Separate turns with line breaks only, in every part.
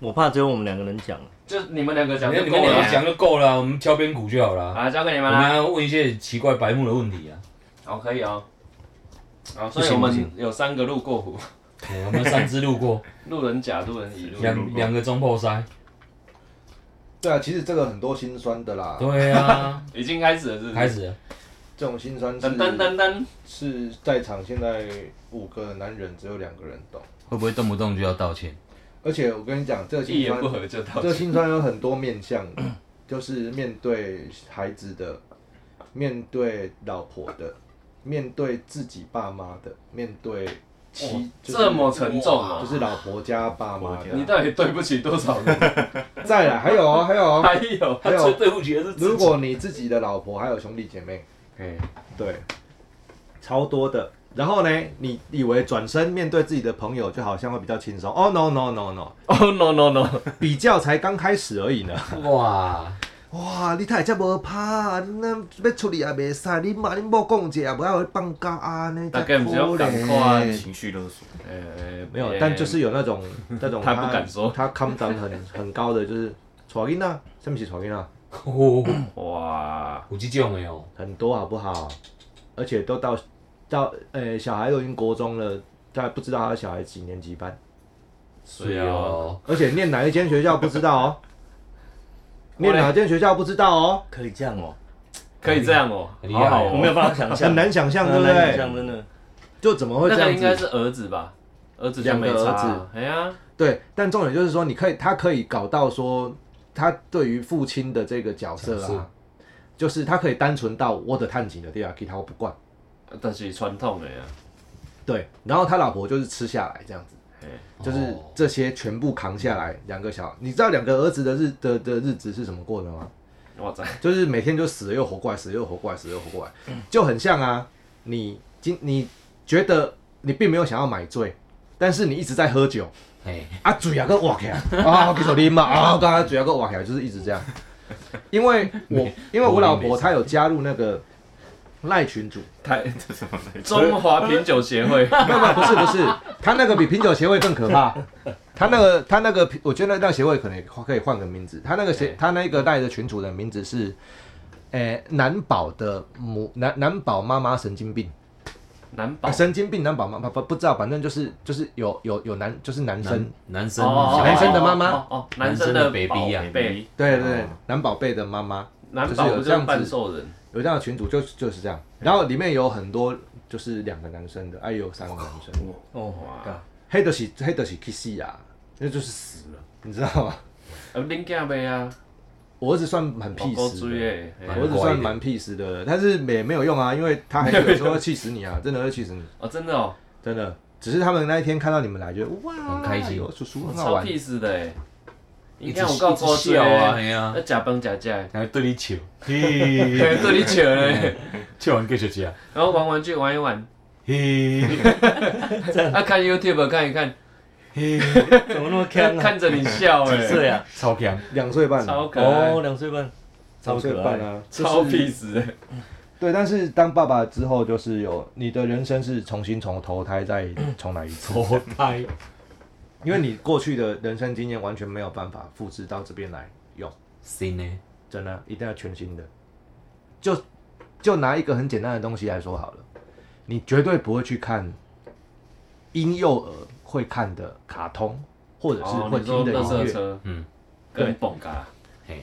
我怕只有我们两个人讲。
就你们两个讲
你
就
们你们
够了
两个
啊。
讲就够了，我们敲边鼓就好了。
啊，交给你
我
们
们
啦。
要问一些奇怪白目的问题啊。
好，可以哦。好，
不
所以
行不
我们
行
有三个路过湖，
对我们三只路过，
路人甲、路人乙、路人
两两个中破塞。
对啊，其实这个很多心酸的啦，
对 啊，
已经开始了，是不是？
开。始了
这种心酸
噔噔
是
噔噔，
是在场现在五个男人只有两个人懂，
会不会动不动就要道歉？
而且我跟你讲，这个
一
心
言不
酸，
合就
这
到。
个心酸有很多面向， 就是面对孩子的，面对老婆的，面对自己爸妈的，面对妻，就是
这么沉重
就
啊！
是老婆加爸妈的，啊
你到底对不起多少人？
再来，还有哦，还有哦，
还有，
还有，
对不起的是
如果你自己的老婆还有兄弟姐妹，
哎，
对，超多的。然后呢，你以为转身面对自己的朋友就好像会比较轻松？哦、no no no Oh
哦、
no，
no no no，
比较才刚开始而已呢。
哇，
哇，你太这无怕啊！你那要出去也袂使，你妈你某讲者也不要放假啊，呢
大概不要啊赶 快
真可怜
情绪勒索，
呃，
没有，但就是有那种那种
他不敢说
他 calm down 很 很高的，就是传音啊，什么是传音啊？
哦，
哎哇，
有这种的哦，
很多好不好？而且都到到呃，小孩都已经国中了，他还不知道他的小孩几年级班，
是
啊
哦，
而且念哪一间学校不知道 哦，念哪间学校不知道哦，
可以这样哦，
可以这样哦，
很厉害
好好
我
哦，
没有办法想象，
很难想象，对不
很难想
对？
象真的。
就怎么会
那
这
个
样
应该
子？
是儿子吧？儿子就没
两个
差
儿
啊
子，
哎呀，
对，但重点就是说，你可以，他可以搞到说，他对于父亲的这个角色
是
啊，就是他可以单纯到我的探景的地方，给他我不管。
但是传统的呀，
对，然后他老婆就是吃下来这样子。
哎，
就是
哦
这些全部扛下来，两个小，你知道两个儿子的日的的日子是怎么过的吗？
哇塞，
就是每天就死了又活过来，死了又活过来，死了又活过来，就很像啊。你今你觉得你并没有想要买醉，但是你一直在喝酒
嘿，
啊，嘴牙个挖起来啊，我给手拎嘛啊，我刚才嘴牙个挖起来，就是一直这样。因为我因为我老婆她有加入那个赖群组，
台
这什么来着？
中华品酒协会，
没有没有，不是不是，他那个比品酒协会更可怕。他那个他那个，我觉得那个协会可能可以换个名字。他那个协
对
他那个带的群主的名字是，诶、南宝的母南南宝妈妈神经病，
南宝
啊、，神经病南宝妈妈不不知道，反正就是就是有有有男就是男生，
男生
哦
男生的妈妈
哦，哦男
男
生
生
的
的
宝
baby 啊
贝，
对对对，男宝贝的妈妈
南宝不
就是有
就
这样
是
子
半兽人，
有这样的群主就就是这样，然后里面有很多就是两个男生的，哎、啊、有三个男生，
哦，
哇，
黑的是黑的是 kiss 啊，那就是死了，你知道吗？
呃，恁囝呗啊，
我儿子算很屁
够
事的
追。诶，哎
我只算蛮屁事的，但是也没有用啊，因为他还是有时候会气死你啊，真的会气死你，
哦，真的哦，
真的。只是他们那一天看到你们来，觉得哇，
很开心
有叔叔很好
超
玩。
屁事的诶，
一
你
直
看我够
一
够
直
追
笑啊，
啊，
嘿啊
那，假崩假 假，
还对你笑，嘿，
嘿对你笑嘞，
嗯
笑完继续吃，
然后玩玩具玩一 玩，
嘿，
啊，看 YouTube 看一看，
怎么那么
看
看啊？
看着你笑
几岁
哎，
啊？
超强，
两岁半，
超可爱
哦，，两岁半，
两岁半啊，就是
超屁事的，
对，但是当爸爸之后，就是有你的人生是重新从投胎再 重来一次，
投
哎
胎，
因为你过去的人生经验完全没有办法复制到这边来用，
新呢，
真的一定要全新的。就就拿一个很简单的东西来说好了，你绝对不会去看婴幼儿会看的卡通，或者是
哦，
会
你
听
说
的
乐色
音乐。
车嗯
嗯，
跟蹦嘎，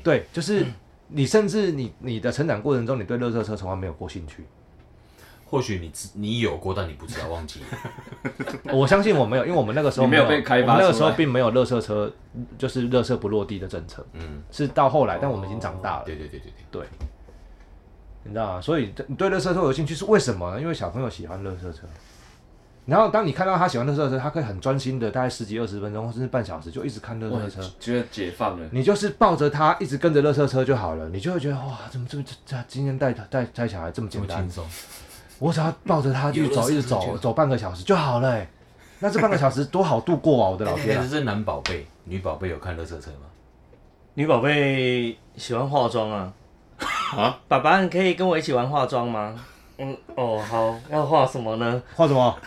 对，就是你甚至你你的成长过程中，你对乐色车从来没有过 兴趣。
或许你知你有过，但你不知道，忘记了，
我相信我没有，因为我们那个时候
你没有被开发
我们那个
出
时候
来
并没有乐色车，就是乐色不落地的政策，
嗯，
是到后来，但我们已经长大了。
对对对对对，
你知道吗？所以你对乐色车有兴趣是为什么呢？因为小朋友喜欢乐色车，然后当你看到他喜欢乐色车，他可以很专心的，大概十几二十分钟，或甚至半小时，就一直看乐
我
色车。
觉得解放了，
你就是抱着他一直跟着乐色车就好了，你就会觉得哇，怎么这么这这今天带带带小孩这么
这
简
么
单
轻？松，
我只要抱着他一直走，一直走，走半个小时就好了、欸。那这半个小时多好度过啊！我的老
哎
老
天
天
啊
哎
啊，！这是男宝贝，女宝贝有看乐色车吗？
女宝贝喜欢化妆啊。啊，爸爸，你可以跟我一起玩化妆吗？嗯，哦，好，要画什么呢？
画什么？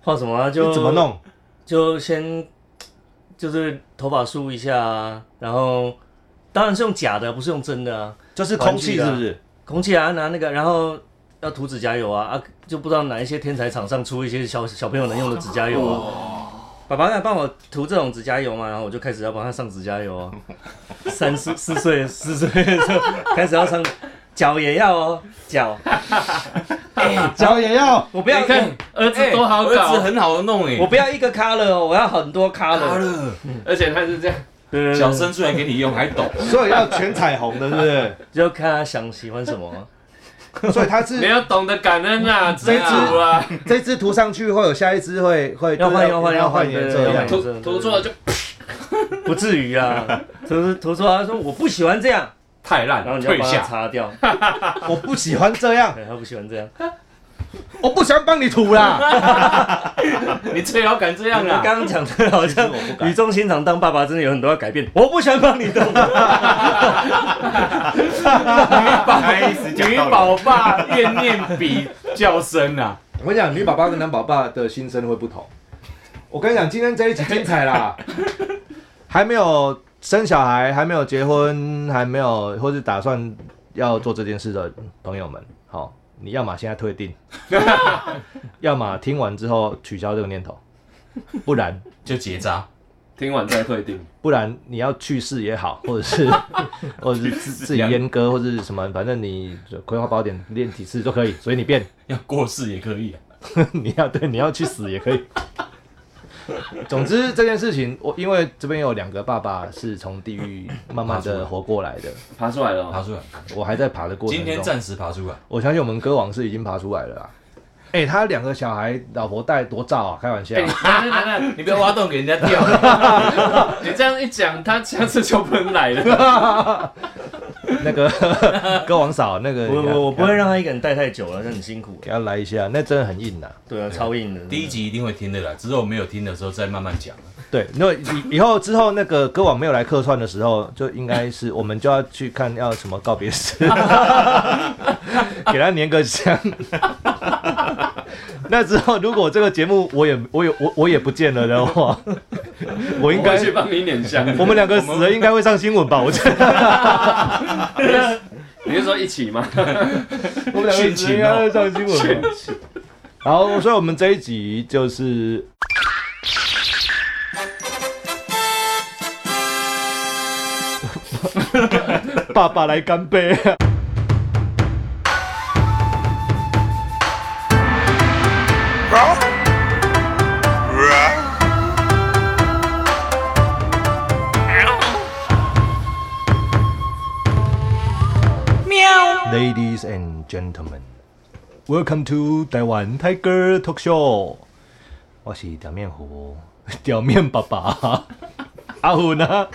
画什么啊、
就
就
怎么？弄？
就先就是头发梳一下啊，然后当然是用假的，不是用真的啊。
就是空气是不是？
空气啊，拿那个，然后要涂指甲油啊啊，就不知道哪一些天才厂商出一些小小朋友能用的指甲油啊。爸爸，那帮我涂这种指甲油嘛，然后我就开始要帮他上指甲油啊。三四四岁四岁的时候开始要上，脚也要哦，脚
脚也要
我不要
你看哎儿子多好
哎儿子
搞，
很好弄哎
我，不要一个 color 哦，我要很多 color。
了，
而且他是这样，
对对对
小生出来给你用还懂，
所以要全彩虹的，是不是？
就看他想喜欢什么啊。
所以它
你
是
要懂得感恩啊，知
这一只
足啊，
这只涂上去会有下一只会会
要换要换
要
要换
换颜色
对
这样
对。对
涂涂错了就
不至于啊，涂涂错啊，他说我不喜欢这样，
太烂
然后
了，
你要
退
帮他
下。
擦掉，
我不喜欢这样，
对他不喜欢这样。
我不想帮你涂啦。
你最好敢这
像
样
你
啊
刚！刚讲的，好像
我不敢
语重心长当爸爸真的有很多要改变。我不想帮你动，
开始 女宝爸怨念比较深啊，
我跟你讲，女宝宝跟男宝爸的心声会不同。我跟你讲，今天这一集精彩啦！
还没有生小孩，还没有结婚，还没有或是打算要做这件事的朋友们，好、你要么现在退订， 要么听完之后取消这个念头，不然
就结扎。
听完再退订。
不然你要去世也好，或者 是或者是自自己阉割，或者是什么，反正你葵花宝典练几次都可以，随你便，
要过世也可以、啊，
你要对你要去死也可以。总之这件事情，我因为这边有两个爸爸是从地狱慢慢的活过来 的，
爬出来了
爬
哦，
出来。
我还在爬的过程
今天
中，
暂时爬出来，
我相信我们歌王是已经爬出来了啦。哎、他两个小孩，老婆带多照啊，开玩
哎
笑。
哎等等等等
你不要挖洞给人家跳。啊
你这样一讲，他下次就不能来了。
那个 歌王嫂，那个
我我我不会
要
让他一个人带太久了，那很辛苦。
要来一下，那真的很硬呐、
对啊，超硬的。
第一集一定会听的啦，只是我没有听的时候再慢慢讲啊。
对，那以以后之后那个歌网没有来客串的时候，就应该是我们就要去看要什么告别式，给他粘个香。那之后如果这个节目我也我也我我也不见了的话，我应该
我去帮你捻香。
我们两个死了应该会上新闻吧？我觉得
你是说一起 吗？
我们两个
殉
死了
情
应
哦
该会上新闻吧。好，所以我们这一集就是爸爸来干杯。Ladies and gentlemen, welcome to 台湾 Tiger Talk Show。我是表面虎，表面爸爸，阿虎呢？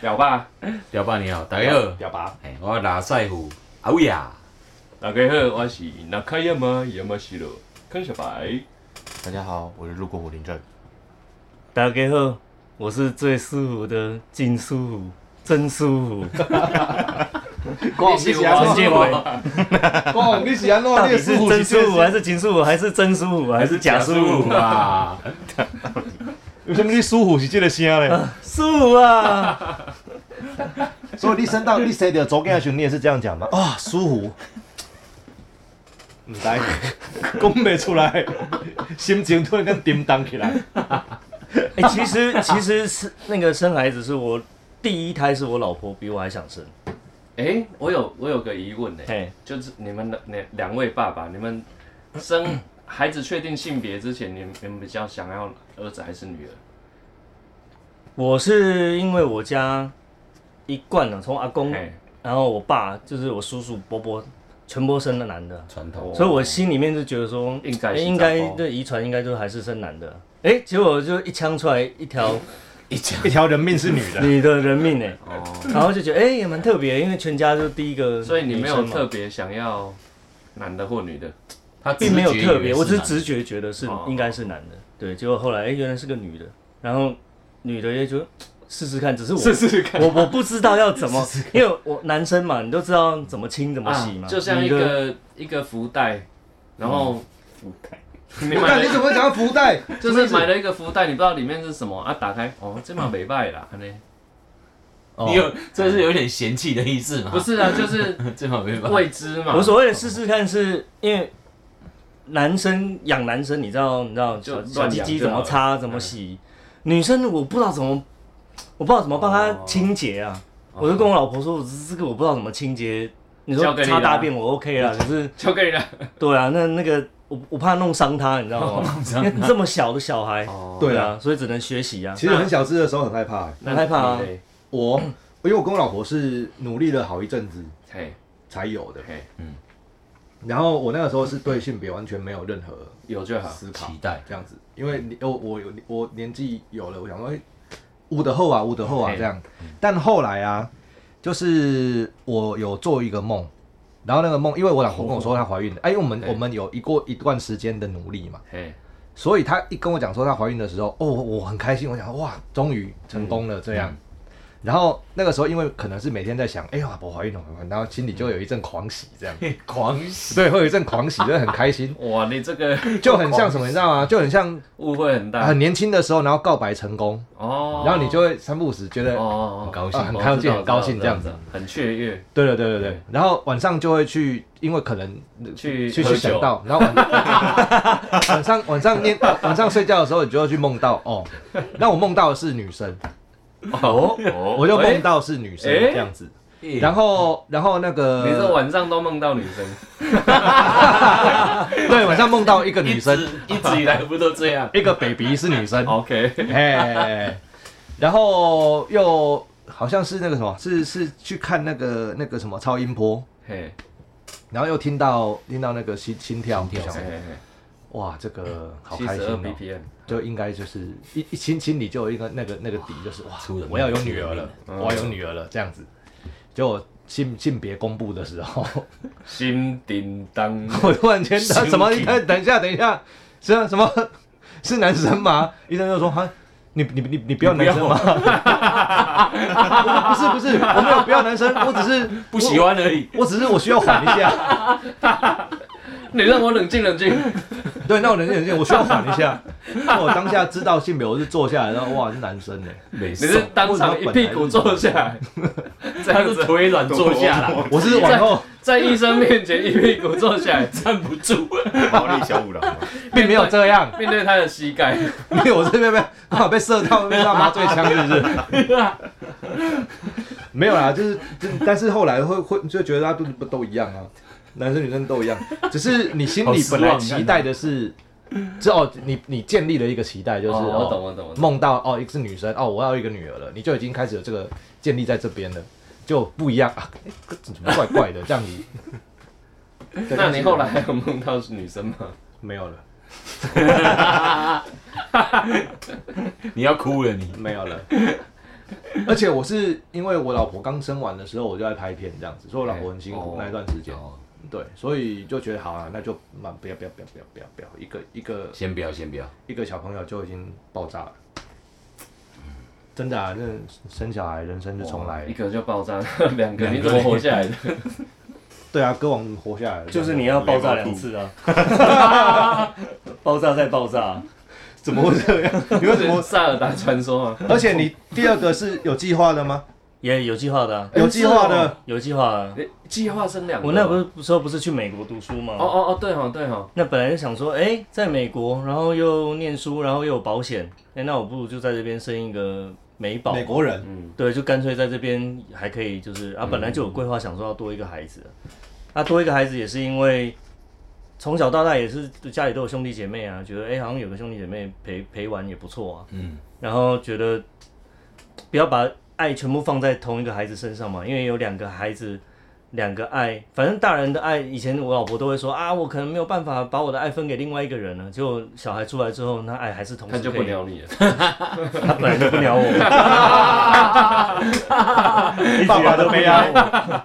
表爸，
屌爸你好，大家好，
表爸，
哎，我拉塞虎阿啊伟呀，
大家好，我是那开亚马亚马西罗康小白。
大家好，我是路过虎林镇。
打给后，我是最舒服的金舒服，真 舒服。
光你喜欢
陈建伟
光你喜欢弄
到底
烈
是
士虎
真舒服还是金舒服，还是真舒服还是假舒服？
啊？
为什么你舒服是这个声嘞？
舒服啊！
所以你升到你生到左的时候，你也是这样讲吗？啊、舒服。唔知，讲袂出来，心情突然间叮当起来。
哎，其实其实是那个生孩子是我第一胎，是我老婆比我还想生。
哎，我有我有个疑问呢，
嘿，
就是你们的那两位爸爸，你们生孩子确定性别之前，你们你们比较想要儿子还是女儿？
我是因为我家一贯啊，从阿公
哎，
然后我爸就是我叔叔伯伯，全部生的男的，
传统
所以我心里面就觉得说，
哦应该
诶
是哦
应该
长包
这遗传应该就还是生男的。哎，结果就一枪出来一条
一讲
一条人命是女的，
女的人命哎，
哦，
然后就觉得哎也蛮特别，因为全家就第一个女生嘛，
所以你没有特别想要男的或女的，
他
并没有特别，我只是
直
直觉觉得是
哦
应该是男的，对，结果后来哎原来是个女的，然后女的也就试试看，只是我
试
我我不知道要怎 么，因为我男生嘛，你都知
啊
道怎么亲怎么洗嘛，
就像一
女的
个一个福袋，然后你 买
我看
了
你
一
怎
个
么讲到福袋？
就是买了一个福袋，你不知道里面是什么啊？打开哦，这嘛没败啦，呢
你
哦
有这是有点嫌弃的意思吗？
不，是啊，就是
这么没办法。
未知嘛
我。所谓的试试看是，因为男生养男生，你知道，你知道
就
小
乱
小
养
鸡鸡
就
怎
好
么
了嗯
擦，怎么洗。女生我不知道怎么，我不知道怎么帮她清洁啊。我就跟我老婆说，我这个我不知道怎么清洁。你
哦交
说
给你
擦
啦
大便我 OK 啊啦，可是
交给你了，
对啊，那那个我我怕弄伤她，你知道 吗？因为这么小的小孩，
哦
对
对啊，
啊，
所以只能学习啊，
其实很小只的时候很害怕欸、
很害怕啊
你。嘞
我因为我跟我老婆是努力了好一阵子
嘿，
才有的，
嘿，
然后我那个时候是对性别完全没有任何
有就好。
思考
期，待
这样子，因为你我我我年纪有了，我想说，哎捂得后啊，捂得后啊
嘿
这样。但后来啊，就是我有做一个梦，然后那个梦，因为我老婆跟我说她怀孕了，哎，因为我们
嘿
我们有一过一段时间的努力嘛，
嘿，
所以她一跟我讲说她怀孕的时候，哦，我很开心，我想哇，终于成功了这样。然后那个时候，因为可能是每天在想，哎呀，我怀孕了，我怀孕了然后心里就有一阵狂喜，这样，
嗯
狂喜，
对，会有一阵狂喜，就很开心，
哇，你这个
就很像什么，你知道吗？就很像
误会很大
很年轻的时候，然后告白成功，
哦。
然后你就会三不五时觉得，
哦，
很高
啊
兴，
很高兴
我
很
知道
高兴
我知
这
道
样子
我知道很雀跃，
对对对对
对
对，然后晚上就会去，因为可能
去
去
喝
去
酒
想到，然后晚 晚上晚上念晚上睡觉的时候，你就会去梦到哦，那我梦到的是女生，
哦哦
我就梦到是女生
哎
这样子，
哎
然后然后那
哎你这
个
晚上都梦到女生，
对晚上梦到一个女生，
一直以来不都这样？
一个 baby 是女生，
OK，
哎，然后又好像是那个什么，是是去看那个那个什么超音波。
嘿，
然后又听到听到那个心心跳，
心跳哎
就想
嘿
哇，这个好
七
开
十
心
二
哦、
BPM，
就应该就是一一心心里就有一个那个那个底，就是哇
出人，命
我要有女儿了，
嗯
我要有女儿了，这样子。结果性性别公布的时候，
心叮当，
我突然间他什么？你看，等一下，等一下，是啊，什么？是男生吗？医生就说哈。你你你你不要男生吗？ 不是不是，我没有不要男生，我只是
不喜，欢而已。
我我只是我需要缓一下。
你让我冷静冷静，
对，那我冷静冷静，我需要缓一下。 那我当下知道性别，我是坐下来，然后哇，是男生呢。欸
没
你是当场一屁股坐下来，这
他
样
是
子
腿软坐下 来，
我是 往后
在医生面前一屁股坐下来，
站不住，
毛利小五郎嘛，
并没有这样，
面对他的膝盖，
因为我这边被刚好被射到被到麻醉枪，是不是？ 没有啦，就是，就但是后来会会就觉得大家都不都一样啊，男生女生都一样，只是你心
好
里
失
本来
望
期待的是，这哦，你你建立了一个期待，就是
啊哦我懂
哦，
我懂我懂，
梦到哦是女生哦，我要一个女儿了，你就已经开始有这个建立在这边了，就不一样 啊，哎这怎么怪怪的这 样子？对
那你后来还有梦到女生吗？
没有了，
你要哭了你。
没有了。 而且我是因为我老婆刚生完的时候，我就在拍片这样子，所以我老婆很辛苦
哦
那一段时间，
哦
对，所以就觉得好啊，那就慢，不要不要不要不要不要不要，一个一个
先不要，先不要，
一个小朋友就已经爆炸了，真的啊，那生小孩人生就重来
一，个就爆炸， 两个你怎么活下 来的？
对啊，歌王活下来了，
就是你要爆炸两次啊， 爆炸再爆炸，
怎么会这样？你为什 么？
塞尔达传说啊？
而且你第二个是有计划的吗？
也有计划的啊，
有计划的，
有计划啊。
诶计划生两个，
我那不是时候不是去美国读书吗？
哦哦哦，对哈对哈，
那本来就想说，哎、在美国，然后又念书，然后又有保险，哎、那我不如就在这边生一个美宝
美。国人
嗯，
对，就干脆在这边还可以，就是啊，本来就有规划，想说要多一个孩子。
嗯
那、多一个孩子也是因为从小到大也是家里都有兄弟姐妹啊，觉得哎、好像有个兄弟姐妹陪陪玩也不错啊。
嗯，
然后觉得不要把爱全部放在同一个孩子身上嘛，因为有两个孩子，两个爱，反正大人的爱，以前我老婆都会说啊，我可能没有办法把我的爱分给另外一个人了。结果小孩出来之后，那爱还是同时
他就
可
不
以，
鸟你了。
他本来就不鸟我，
爸爸都没啊。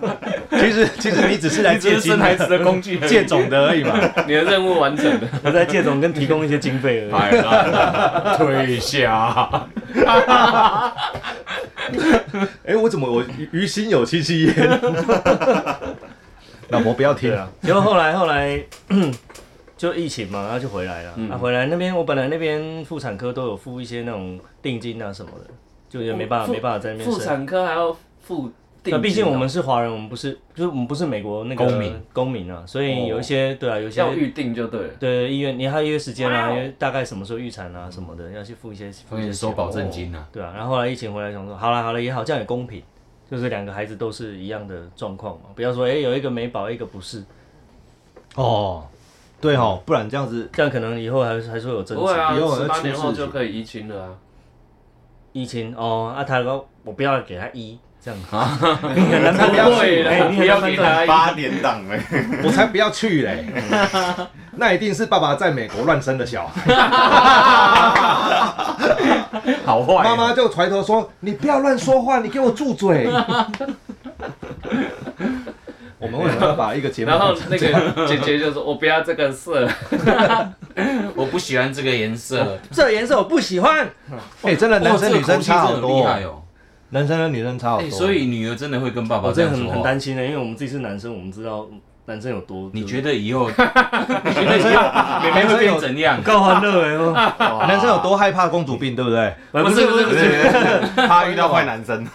其实其实你只是来借精
孩子的 工具
借种的而已嘛。
你的任务完成了，
我在借种跟提供一些经 费而已。
摆烂了，退下。
哎，我怎么我于于心有戚戚焉？老婆不要听
啊对，啊，结果后来后来， 就疫情嘛，然后就回来了。
嗯
啊，回来那边我本来那边妇产科都有付一些那种定金啊什么的，就也没办法
妇
没办法在那边
妇
生。
产科还要付定金
那
哦，
毕竟我们是华人，我们不是就是我们不是美国那个
公民
公民啊，所以有一些对啊，有一些
要预定就对了。
对医院你还要约时间啊，约大概什么时候预产啊什么的，要去付一些付
所
一些
以
钱
收保证金啊，
对啊，然后后来疫情回来，想说好了好了也好，这样也公平，就是两个孩子都是一样的状况嘛，不要说哎、诶有一个没保，一个不是，
哦，对哦，不然这样子
这样可能以后还还是会有争
不
执。
会啊，
以后
十
要
八
出
年后
事
就
情
可以移亲 了啊。
疫情哦，啊，他说我不要给他一这样，
不会
哎
啦，
你
不
很
要
难
给
判断
他
八点档哎，
我才不要去 嘞，那一定是爸爸在美国乱生的小 孩，
好坏
妈妈就抬头说：“你不要乱说话，你给我住 嘴。”我们为什么要把一个节目
然后
弄成
那个 姐姐就说：“我不要这 个色。
啊
我不喜欢这个颜色。
这颜色我不喜欢。
哎、真的男
哦这
生
个
女生
口气
差好
真的
多、
厉害
哦，
哦。
男生跟女生差好
哎，
多。
所以女儿真的会跟爸爸
我
哦这
真的哦很
样
很
说话。
担心的、因为我们自己是男生，我们知道男生有多。
你觉
得
得以后你觉得妹妹会变怎样？
高欢乐哎哦，
男生有多害怕公主病，对不 对？
不
不是不是不是，
怕遇到坏男生，”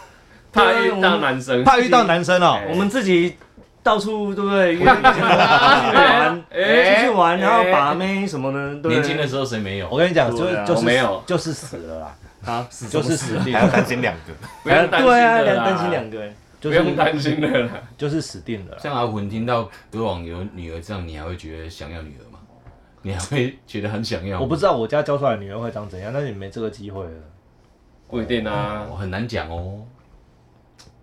怕遇到男生，
怕遇到男生哦、
我们自己到处对不对？约出去玩，
哎
出去玩，然后
哎
把妹什么的，对不对
年轻的时候谁没有？
我跟你讲，就
对啊
就是
我没有
就是死了啦，
啊，
就是死定
还要
了，
担心两个，
不用担心
对啊，
的
担
啦，
担心两个哎，
就
不用
是
担心的啦。
就是死定了啦。
像阿文听到歌王有女儿这样，你还会觉得想要女儿吗？你还会觉得很想要吗？
我不知道我家教出来的女儿会长怎样，但是你没这个机会了。
不一定啊，
我很难讲哦。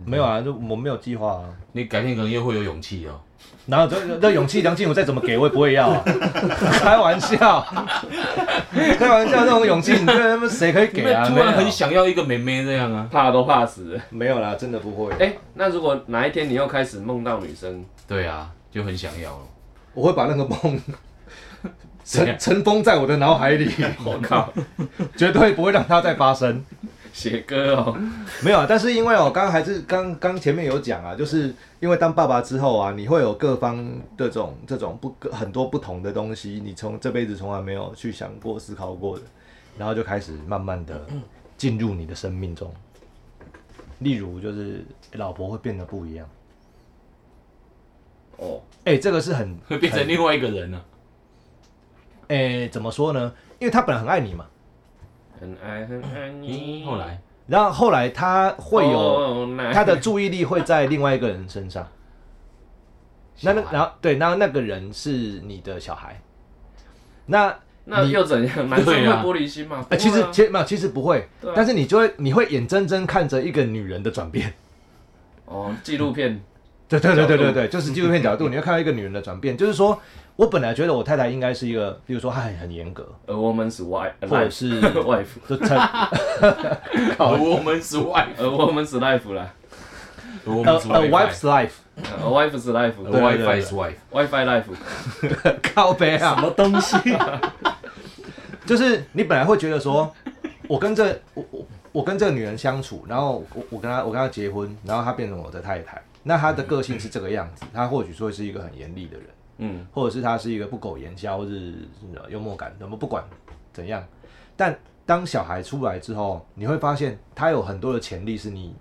没有啊，就我没有计划啊。
你改天可能又会有勇气哦。
然后这这勇气，梁静茹再怎么给我也不会要、啊， 开玩 笑，开玩笑，这种勇气，你觉得他们谁可以给啊？
突
没有
然很想要一个妹妹这样啊？
怕都怕死。
没有啦，真的不会。
哎，那如果哪一天你又开始梦到女生，
对啊，就很想要了。
我会把那个梦
怎样
尘尘封在我的脑海 里，
我靠，
绝对不会让它再发生。
写歌哦，
没有啊，但是因为哦，刚刚还是刚刚前面有讲啊，就是因为当爸爸之后啊，你会有各方这种这种不很多不同的东西，你从这辈子从来没有去想过、思考过的，然后就开始慢慢的进入你的生命中。例如，就是老婆会变得不一样。
哦，
哎、这个是很
会变成另外一个人呢、啊
哎、怎么说呢？因为他本来很爱你嘛，
很爱很爱
咦，
你。
后来
然后后来他嗯会有、
哦那
他的注意力会在另外一个人身上。那那
小孩
然后对，那那个人是你的小孩。那
那
你
又怎样？男生会
对啊
玻璃心嘛？
呃，其
不会
实
啊
其实没有，其实不会，
对啊
但是你就会你会眼睁睁看着一个女人的转变。
哦，纪录片
对对对
角
对对
度
对，就是纪录片 角度，你会看到一个女人的转变。就是说我本来觉得我太太应该是一个，比如说她很很严格，
，A Woman's Wife，
或者 是
Wife，
就她
我们之外，
A Woman's Life 啦
我
呃
们之外
呃 wife's life
，A Wife's Life，WiFi
对对对
wife is wife，
Life，
靠背啊，
什么东西？
就是你本来会觉得说，我跟这我我我跟这个女人相处，然后我我跟她我跟她结婚，然后她变成我的太太，那她的个性是这个样子，她或许说是一个很严厉的人，
嗯，
或者是她是一个不苟言笑，或是呃幽默感，怎么不管怎样，但当小孩出来之后，你会发现他有很多的潜力是你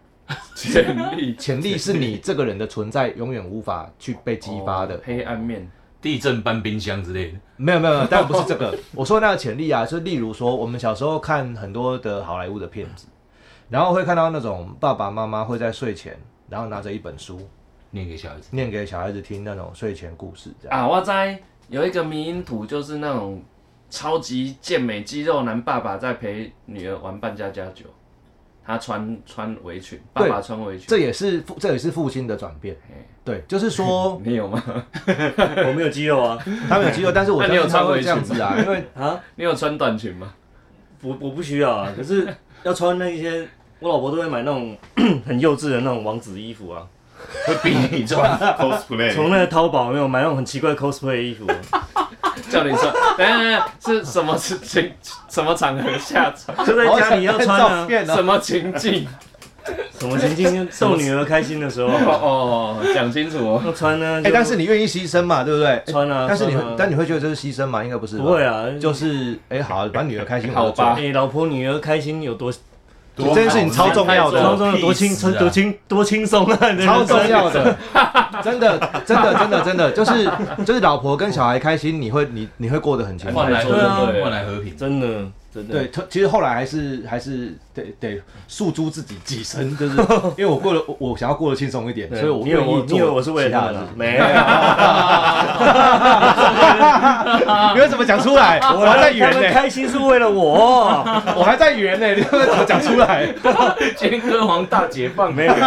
潜力
潜力是你这个人的存在永远无法去被激发的
哦。黑暗面，
地震搬冰箱之类的。
没有没有，没有，当然不是这个。 我说那个潜力啊，就例如说，我们小时候看很多的好莱坞的片子，然后会看到那种爸爸妈妈会在睡前，然后拿着一本书
念给小 孩子，
念给小孩子听那种睡前故事，这样。
啊，我在有一个迷因图，就是那种超级健美肌肉男爸爸在陪女儿玩扮家家酒，他穿穿围裙，爸
对
爸穿围裙，
这也是父，这也是父亲的转变
嘿。
对，就是 说
你有吗？
我没有肌肉啊
他们有肌肉，但是我
那你
相
有
信他
穿
会
围
这样
裙
子 啊，因为
啊！
你有穿短裙吗？
我我不需要啊，可是要穿那一些，我老婆都会买那种 很幼稚的那种王子衣服啊，
会逼你穿。
从
cosplay，
那个淘宝有没有买那种很奇怪的 cosplay 的衣服啊、
叫你穿， 等一下等一下是什么事情？什么场合下穿？
就在家里要穿
好想
啊，
看照片
什
哦。
么情境？
什什么情境逗女儿开心的时候啊
哦，讲清楚哦。
要穿呢？
哎，但是你愿意牺牲嘛，对不对？哎
穿啊
但是你
穿啊
会，但你会觉得这是牺牲吗？应该不是，
不会，啊，就
就是啊哎，好，把女儿开心，
好吧
哎，老婆女儿开心有多
我就，这件事情超重要
多
超
的，
重要，多轻松，多轻多轻松啊！你的人
超
生
重要的，真的，真的，真的，真的，就是就是老婆跟小孩开心，你会你你会过得很轻松
换。来
对啊
换来和平，
真的真的
对，特其实后来还是还是得得诉诸自己己身，就是 因为我过得我我想要过得轻松一点，
对
所以我
你以为
愿意
我
做
你以为我是为
其
了
他
他
的
们
事
啊
情。
没有，
哦
你们怎么讲 出来？我还
他
在圆
们
呢，
开心是为了我，
我还在 圆呢，你们怎么讲出来？
尖歌王大解放，
没有
没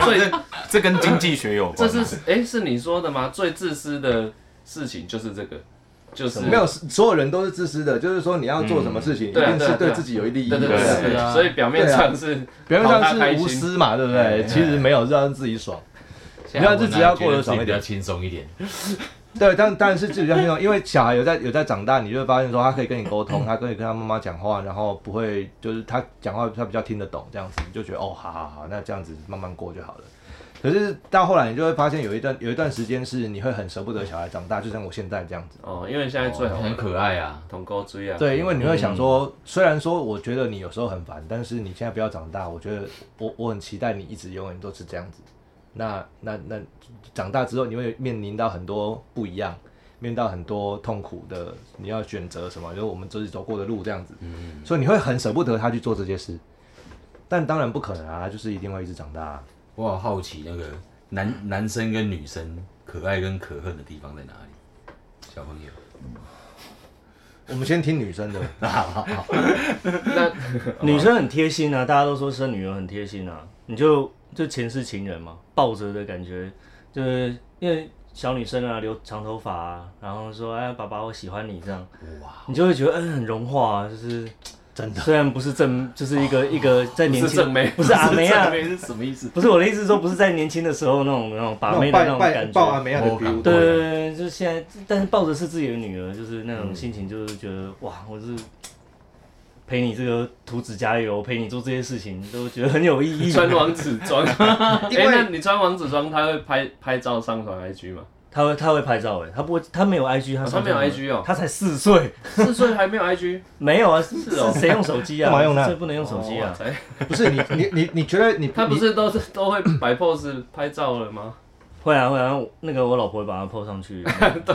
有，这这跟经济学有
这
关。
是哎、是你说的吗？最自私的事情就是这个，就是
没有，所有人都是自私的，就是说你要做什么
嗯
事情，一
对啊
定
对
是
啊对
对
啊
自己有利益
对对
的。
对
对
对，
啊
所以表面上是
表面
讨
上
他开
是
心
无私嘛，对不对？其实没有让自己爽。
现在我
你要日子要过得爽一
觉
点
得自己比较轻松一点。
对，但但是自己比较轻松，哦因为小孩有在有在长大，你就会发现说他可以跟你沟通，他可以跟他妈妈讲话，然后不会就是他讲话他比较听得懂这样子，你就觉得哦，好好好，那这样子慢慢过就好了。可是到后来你就会发现有一段有一段时间是你会很舍不得小孩长大，就像我现在这样子。
哦，因为现在最好
很
玩
可爱啊，
同沟追啊，
对，因为你会想
嗯
说，虽然说我觉得你有时候很烦，但是你现在不要长大，我觉得我我很期待你一直永远都是这样子。那那那长大之后，你会面临到很多不一样，面临到很多痛苦的，你要选择什么，就是我们自己走过的路这样子。
嗯
所以你会很舍不得他去做这些事，但当然不可能啊，就是一定会一直长大、啊。
我好好奇那个男男生跟女生可爱跟可恨的地方在哪里？小朋友，
我们先听女生 的，
啊
那
女生很贴心啊，大家都说生女儿很贴心啊，你就就前世情人嘛，抱着的感觉，就是因为小女生啊，留长头发啊，然后说哎爸爸我喜欢你这样，
哇，
你就会觉得嗯很融化、啊，就是
真
的，虽然不是正，就是一个、一个在年
是正
轻，
妹，
不是阿梅啊
正妹是什么意思？
不是我的意思是说不是在年轻的时候那种那种把妹的那种感
抱阿
觉。
梅亚的 feel，
对对对，对就是现在，但是抱着是自己的女儿，就是那种心情，就是觉得、哇，我是陪你这个涂指甲油，陪你做这些事情，都觉得很有意义。
穿王子装， 哎、
因为
那你穿王子装，他会拍拍照上传 IG 吗？
他会他会拍照哎，他不会他没有 IG，他
哦
上啊
他没有
面
IG 哦
他才四岁，
四岁还没有 IG
没有啊，是
哦
谁用手机啊？
干嘛用呢
这不能用手机
哦
啊。
才
不是你你你你觉得你
他不
你
是都是都会摆 pose 拍照了吗？
会啊会啊，那个我老婆会把它 po 上 去，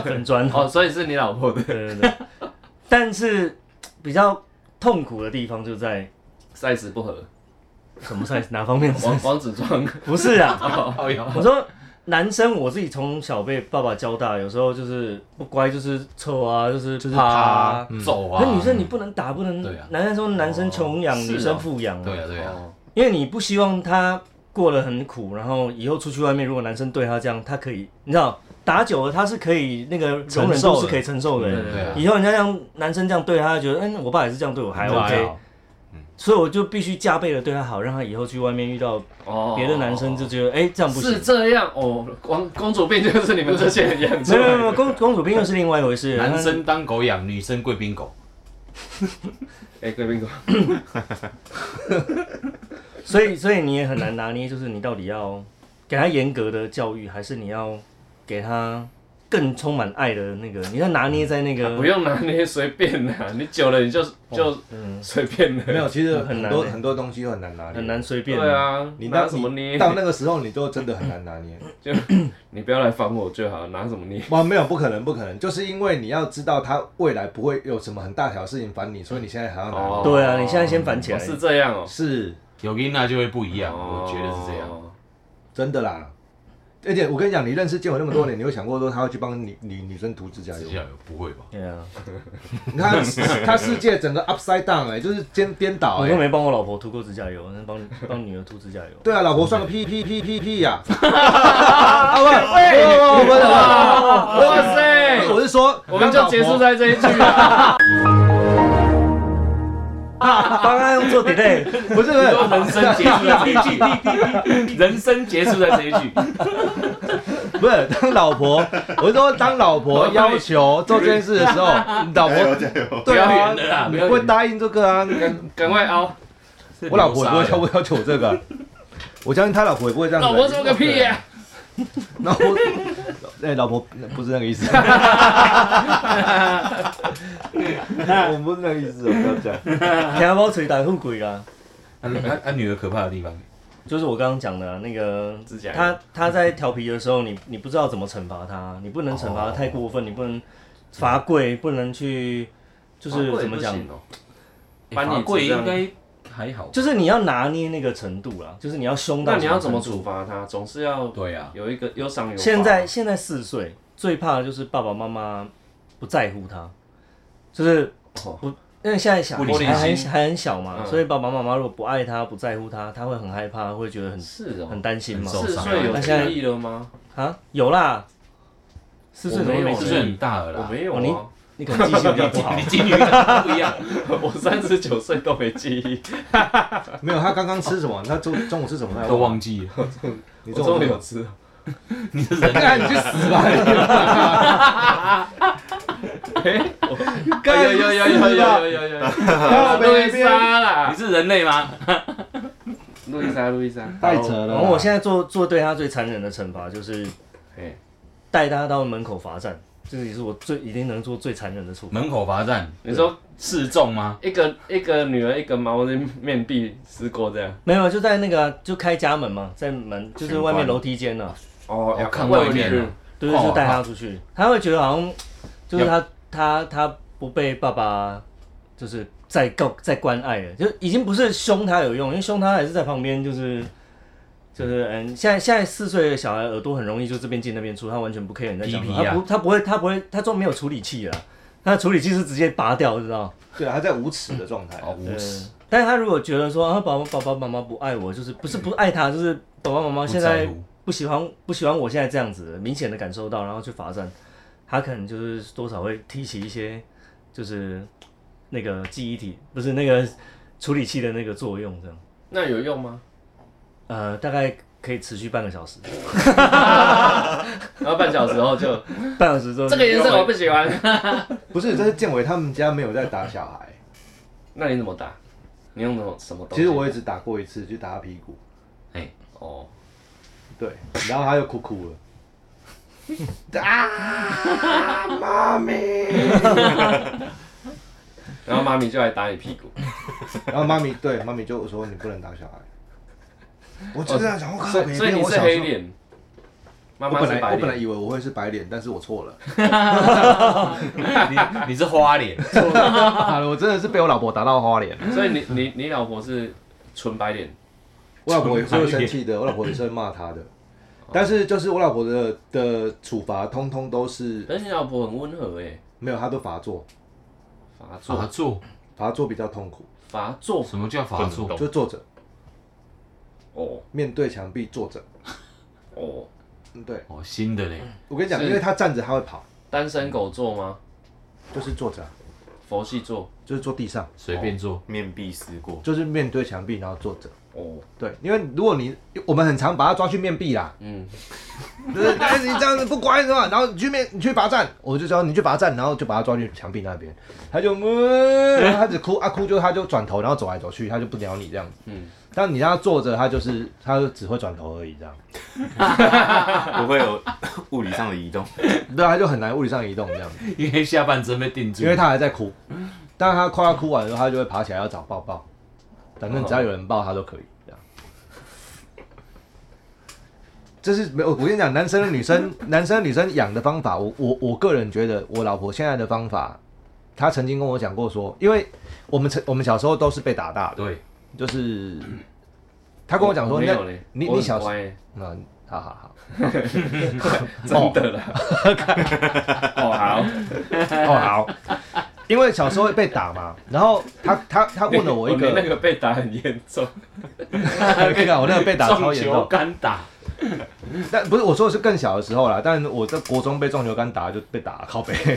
粉砖。
哦，所以是你老婆的
对对对。但是比较痛苦的地方就在
size 不合，
什么赛 哪方面？
王王子装，
不是啊，
哦
哎
哟，
我说男生我自己从小被爸爸教大，有时候就是不乖就是臭啊，就是
就是
怕
他
啊。
嗯
走啊！
可女生你不能打，不能
对啊
男生说男生穷养，
是哦
女生富养啊。
对啊对啊，
哦
因为你不希望他过得很苦，然后以后出去外面，如果男生对他这样，他可以，你知道，打久了他是可以那个容忍
承
度
受的
是可以承受的。
对
对啊，
以后人家这样男生这样对他，他觉得嗯，我爸也是这样对我，啊还
啊
OK，所以我就必须加倍的对他好，让他以后去外面遇到
哦
别的男生就觉得哎、这样不
是
行。
这样哦，王公主病就是你们这些人养出
没有
来
没有
的
没有，公公主病又是另外一回事。
男生当狗养，女生贵宾狗，
哎，贵宾哥，
所以所以你也很难拿捏，就是你到底要给他严格的教育，还是你要给他更充满爱的那个？你要拿捏在那个哦
不用拿捏，随便拿，你久了你就就随便
没
了。
有，其实很
很难
多
欸
很多东西都很难拿捏，
很难随便。
对啊，
你
拿
那
什么捏？
到那个时候，你就真的很难拿捏。
你不要来烦我就好，拿什么捏？
哇，没有，不可能，不可能，就是因为你要知道他未来不会有什么很大条事情烦你，所以你现在还要拿捏。
哦
对啊，你现在先烦起
哦
来。
是这样哦，
是
有音娜就会不一样，我觉得是这样。
哦。
真的啦。而且我跟你讲，你认识建伟那么多年，你有想过说他会去帮女女女生涂指甲
指
油
甲？油不会吧？
对啊，
你看他 他世界整个 upside down 哎、就是颠颠倒
我
哎、
都没帮我老婆涂过指甲油，那帮帮女儿涂指甲油。
对啊， 老婆算个屁屁屁屁屁呀！啊不不不不
哇哇塞
不，！我是说，
我们就结束在这一句了。
帮他用做 delay，
不是不是，
人生结束在这一句，人生结束在这一句，
不是当老婆，我是说当老婆要求做这件事的时候，老
加
哎
油
婆
加油！
不
对
要
啊
演了啦，
你
不要
不
演
会答应这个啊？
赶赶快凹，
我老婆也不会
是流沙
要要求我这个啊，我相信他老婆也不会这样子。
老婆说个屁啊呀、
老婆， 哎、老婆不是那个意思，我们不是那个意思，我不要讲。
天包捶打富鬼啦，
他他他啊女儿可怕的地方，
就是我刚刚讲的啊那个
指甲油
他他在调皮的时候，你你不知道怎么惩罚他，你不能惩
哦
罚得太过分，你不能罚跪，不能去就是怎么讲，
欸
把你
罚跪
这样
应该还好。
就是你要拿捏那个程度啦，就是你要凶到
那你要怎么
程度
处罚他？总是要
对啊，
有一个有赏有罚
现在现在四岁，最怕的就是爸爸妈妈不在乎他，就是
哦
不，因为现在小
不
孩
理
还很
心
还很小嘛，
嗯
所以爸爸妈妈如果不爱他、不在乎他，他会很害怕，会觉得很
是
很
哦，
担心嘛
很受
四
伤
岁有
那现在
记忆了吗？
啊，有啦，四岁
我
怎么
没
没
有
就
记
是
忆？
很大了
我
啦，
没有
哦你
啊，
你可能记性比较不好
你。进去不一样。
我三十九岁都没记忆，
没有，他刚刚吃什么？他中中午吃什么？
都忘记了，
你
我
中
终
午
于
吃什
有
么
吃。
你的人
干你去死吧！哎
有有有有有有有有，
啊
路易莎
你
啦，
是人类吗？
路易莎路易莎，
太扯了啦。
然哦后我现在做做对他最残忍的惩罚就是
哎，
带他到门口罚站，这个也是我最一定能做最残忍的处罚。
门口罚站
你说
示众吗？
一个一个女儿一个猫在面壁思过这样，
没有，就在那个啊就开家门嘛，在门就是外面楼梯间啊呢、
哦
要看外面啊
对对，
哦
就带他出去，他会觉得好像就是他他他不被爸爸就是再告再关爱了，就已经不是凶他有用，因为凶他还是在旁边就是。就是嗯，现在现在四岁的小孩耳朵很容易就这边进那边出，他完全不 care 你在讲什么，
皮皮啊
他不他不会他不会他做没有处理器啊，他处理器是直接拔掉，知道？
对他在无耻的状态
嗯
啊。
哦，无
对
耻，。
但是他如果觉得说啊，爸爸爸爸妈妈不爱我，就是不是不爱他，就是爸爸妈妈
不
现在
在乎，
不喜欢不喜欢我现在这样子，明显的感受到，然后去罚站，他可能就是多少会提起一些就是那个记忆体，不是那个处理器的那个作用这样。
那有用吗？
呃，大概可以持续半个小时，
然后半小时后 就
半小时之后
这个颜色我不喜欢，
不是，这是建伟他们家没有在打小孩。
那你怎么打？你用什么什么东西？
其实我也只打过一次，就打他屁股。
哦，
对，然后他又哭哭了。
然后妈咪就来打你屁股，
然后妈咪对妈咪就说你不能打小孩。我就这样想，我靠，
所以所以你
我
是
小时
黑
候
脸，妈
我
妈
本
是
来
白
我本来
脸，
以为我会是白脸，但是我错 了。
你你是花脸，
啊
好 了，我真的是被我老婆打到花脸。
所以你你你老婆是纯白脸，
我老婆也是会生气的，我老婆也是会骂他的。
哦
但是就是我老婆的的处罚，通通都是
可是你老婆很温和哎，
没有，她都罚坐，
发
罚
作
坐？
罚坐比较痛苦，
发作
什么叫
不
罚
能
坐？
动
就坐着，
哦
面对墙壁坐着。
哦，
嗯，对，
哦，新的嘞，
我跟你讲，
是
因为她站着她会跑，
单身狗坐吗？
就是坐着啊，
佛系坐
就是坐地上，
随便坐，
面壁思过，
就是面对墙壁然后坐着。
哦，
对，因为如果你我们很常把他抓去面壁啦，
嗯，
就是但是你这样子不乖是吧？然后你去面你去罚站，我就说你去罚站，然后就把他抓去墙壁那边，他就 嗯，然后他只哭啊哭就他就转头，然后走来走去，他就不鸟你这样子。
嗯
嗯，但你让他坐着，他就是他就只会转头而已这样。
不会 有物理上的移动。
对啊，他就很难物理上移动这样子，
因为下半身被定住
因，为他还在哭。但他快要哭完的时候，他就会爬起来要找抱抱，反正只要有人抱他都可以这样。这是没有，我跟你讲，男生的女生， 男生的女生养的方法，我我我个人觉得，我老婆现在的方法，她曾经跟我讲过说，因为我们曾我们小时候都是被打大的，
对，
就是她跟我讲说，
哦没
那
有嘞，
你
我
你
很
小时候，
乖 欸
嗯，好好好，
真的啦， 哦好，
哦好，因为小时候会被打嘛，然后她她她问了 我一
哦你
个
那，个被打很严重，
我跟你讲，我那个 被打超
撞
严
球
重，
杆打，
但不是我说的是更小的时候啦，但我在国中被撞球杆打就被打了靠背。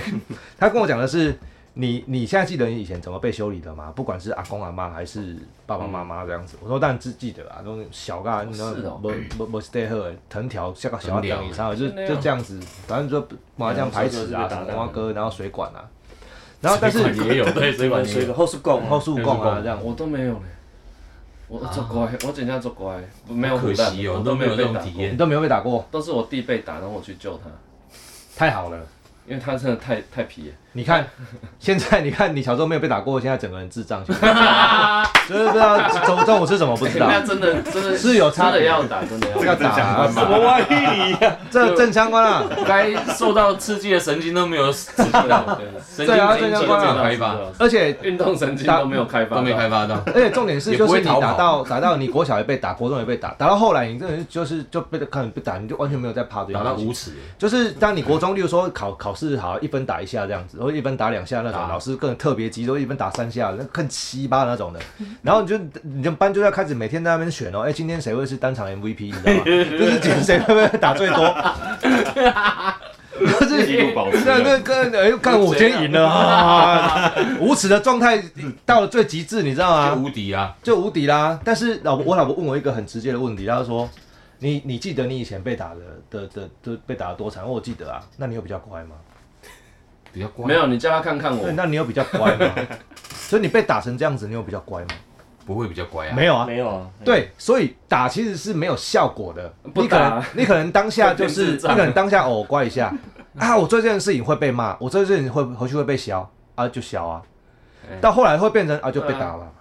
他跟我讲的是，你你现在记得你以前怎么被修理的吗？不管是阿公阿妈还是爸爸妈妈这样子，我说当然是记得啊，那种小噶，你知道
是哦
没没没 stay 喝藤条下个小
藤条
等以上，就
真的哦
就这样子，反正就麻将牌
小时
子
候就
啊，
被打
什么
到
蛙哥，然后水管啊，然后但是
哎
水管也有对，水管
水
也
个
有，
后是拱
后速
后
供
速
啊
供
这样，
我都没有嘞，我我做乖，
啊
我真正做乖，没有
好可
虎蛋
惜哦，
我
都
都没
没有
有被
这种
打
体
过，
你
验。
都没有被打过，
都是我弟被打，然后我去救他，
太好了。
因为他真的太太皮了。
你 看，现在你看你小时候没有被打过，现在整个人智障，就是不知道中中午吃什么 不知道。
那真的真的
是有差
真的
别
要打，真的要
这个
打。
正
啊
相关吧？
这正相关啊，
该受到刺激的神经都没有刺激到，神经
对啊
神经
这
都
个
没有
关啊
开发，
而且
运动神经都没有开发，
都没开。发到。
而且重点
也
是，就
不
是
会
你
逃跑
打到打到你国小也被打，国中也被打，打到后来你真的是就是就被可能被打，你就完全没有在怕这
打
件
到
事情
无。耻，
就是当你国中，例如说考考试好一分打一下这样子，或者一分打两下那种，
打
老师更特别急，都一分打三下，那更七八那种的。然后你就你的班就要开始每天在那边选哦，哎，今天谁会是单场 MVP，你知道吗？就是今天谁会不会打最多？就
一
是
路保持
那那跟哎，干我今天赢了啊！无耻的状态到了最极致，你知道吗
就？无敌啊！
就无敌啦。但是老婆，我老婆问我一个很直接的问题，她就说：“你你记得你以前被打的的的的被打的多惨？”我说我记得啊，那你有比较乖吗？
比较乖，
没有，你叫他看看我
对，，那你有比较乖 吗？所以你被打成这样子，你有比较乖吗？
不会比较乖啊。
没有啊。
没有啊，
对，所以打其实是没有效果的。
嗯不
你可能
打
你可能当下就
会
是
变
你
智障
可能当下偶乖一下 啊，我做这件事情会被骂，我做这件事情会回去会被削啊，就削啊
哎。
到后来会变成啊就被
对啊
打了。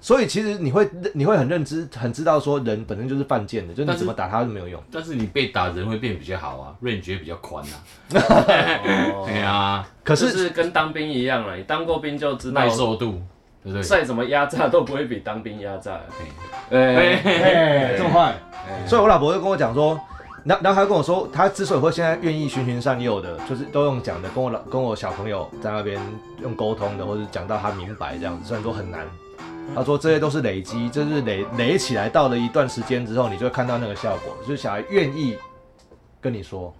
所以其实你会你会很认知很知道说人本身就是犯贱的，就是
但是
你怎么打他都没有用。
但是你被打人会变比较好啊，range 会比较宽啊。
哦
对啊，
可
就是是跟当兵一样了，你当过兵就知道
耐，受度，对不对？
再怎么压榨都不会比当兵压榨。
哎
哎，
哎这么坏，所以我老婆就跟我讲说。然然后她跟我说，她之所以会现在愿意循循善诱的，就是都用讲的，跟我老跟我小朋友在那边用沟通的，或者讲到他明白这样子，虽然说很难，她说这些都是累积，这是累累起来，到了一段时间之后，你就会看到那个效果，就是小孩愿意跟你说。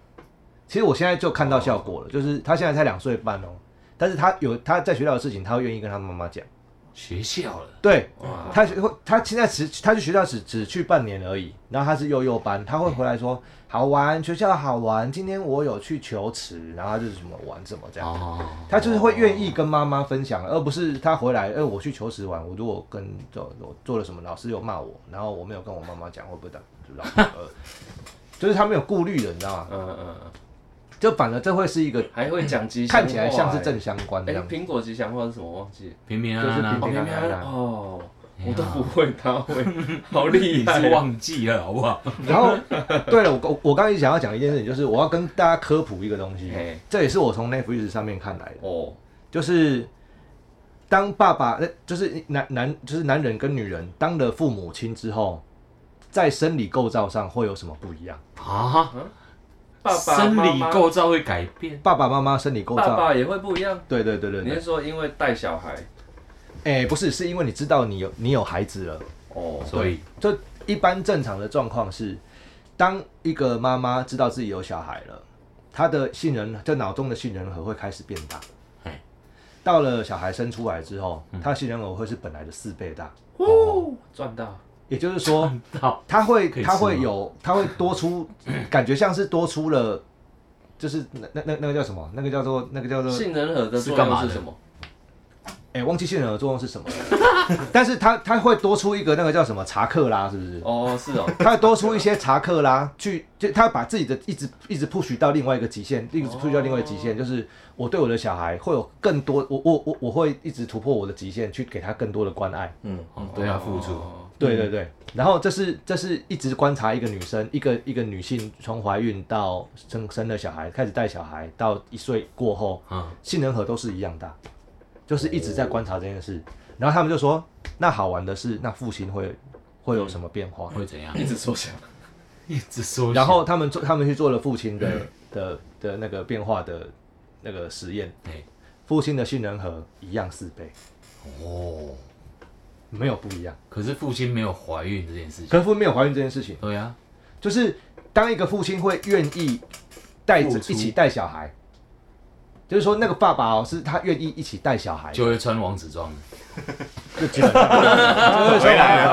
其实我现在就看到效果了，就是他现在才两岁半哦，但是他有他在学校的事情，他会愿意跟他妈妈讲。
学校了，
对
哇，
他会他现在只他去学校只只去半年而已，然后他是幼幼班，他会回来说好玩，学校好玩，今天我有去球池，然后他就是什么玩什么这样，
哦，
他就是会愿意跟妈妈分享，而不是他回来，哎、我去球池玩，我如果跟做我做了什么，老师有骂我，然后我没有跟我妈妈讲，会不会打？就老师呃，就是他没有顾虑的，你知道吗？
嗯嗯，嗯
就反而这会是一个
还会讲吉祥话，
看起来像是正
哎。
相关的
哎，
样子。
苹果吉祥话是什么？忘记了。
平平安安
哦，
啊
就是
平
平。平
平
安
安
安
哦，我都不会，他会，好厉
你 是
害。
忘记了好不好？
然后，对了，我我我刚才想要讲一件事情，就是我要跟大家科普一个东西
嘿，
这也是我从 Netflix 上面看来的，
哦，
就是当爸爸，呃就是男男，就是男人跟女人当了父母亲之后，在生理构造上会有什么不一样？
啊，
爸爸
生
妈
理
妈
构造会改变，
爸爸妈妈生理构
爸
造，
爸也会不一样。
对对对对
你
对
是，说因为带小孩？
哎，不是，是因为你知道你有你有孩子了，
哦，
所以
就一般正常的状况是，当一个妈妈知道自己有小孩了，她的杏仁，就脑中的杏仁核会开始变大
哎。
到了小孩生出来之后，
嗯
她的杏仁核会是本来的四倍大，
哦，赚到。
也就是说，
好，
她会
可以吃吗
她会有她会多出，感觉像是多出了，就是那那那那个叫什么？那个叫做那个叫做
杏仁核的
是
作
干嘛
用是
的
什么？
哎、忘记杏仁核作用是什么了， 但是她她会多出一个那个叫什么查克拉，是不是？
哦，是 哦，
他多出一些查克拉，去就他把自己的一直一直 push 到另外一个极限，一直 push 到另外一个极限，就是我对我的小孩会有更多，我我我我会一直突破我的极限，去给他更多的关爱。
嗯，
嗯对啊，付出。
哦
对对对，然后这是这是一直观察一个女生，一个一个女性从怀孕到生生了小孩，开始带小孩到一岁过后，
嗯，
杏仁核都是一样大，就是一直在观察这件事。然后他们就说，那好玩的是，那父亲会会有什么变化？
会怎样？
一直缩小。
一直缩小
然后他们做，他们去做了父亲的的的那个变化的那个实验
哎，
父亲的杏仁核一样四倍，
哦，
没有不一样。
可是父亲没有怀孕这件事情。
可是父亲没有怀孕这件事情，
对啊，
就是当一个父亲会愿意带着
付出
一起带小孩，就是说那个爸爸哦，是他愿意一起带小孩，
就会穿王子 装的。
就基本上就是说
回来了，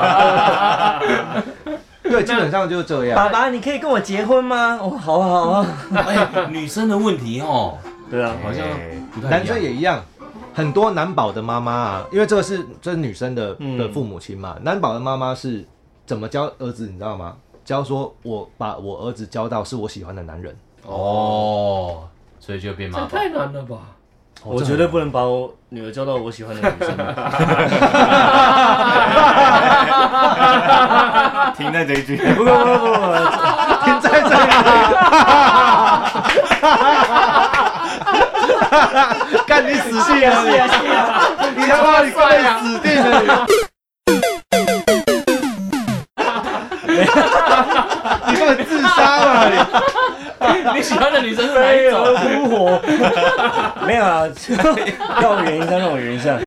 对，基本上就是这样。
爸爸，你可以跟我结婚吗？哦，好啊，好啊，
哎，女生的问题哦，
对啊，
嗯
好像不太一样
男生也一样，很多男宝的妈妈啊，因为这个是这是女生的
嗯
的父母亲嘛，男宝的妈妈是怎么教儿子，你知道吗？教说我把我儿子教到是我喜欢的男人，
哦，所以就变妈
这
宝。
太难了吧？
我绝对不能把我女儿交到我喜欢的女生啊。
停在这一句，
不不不 不不，
停在这里，干你死定了！你他妈你快死定了！你你不能自杀嘛你！
你喜欢的女生是哪一种？
没有啊，要我圆一下，让我圆一下。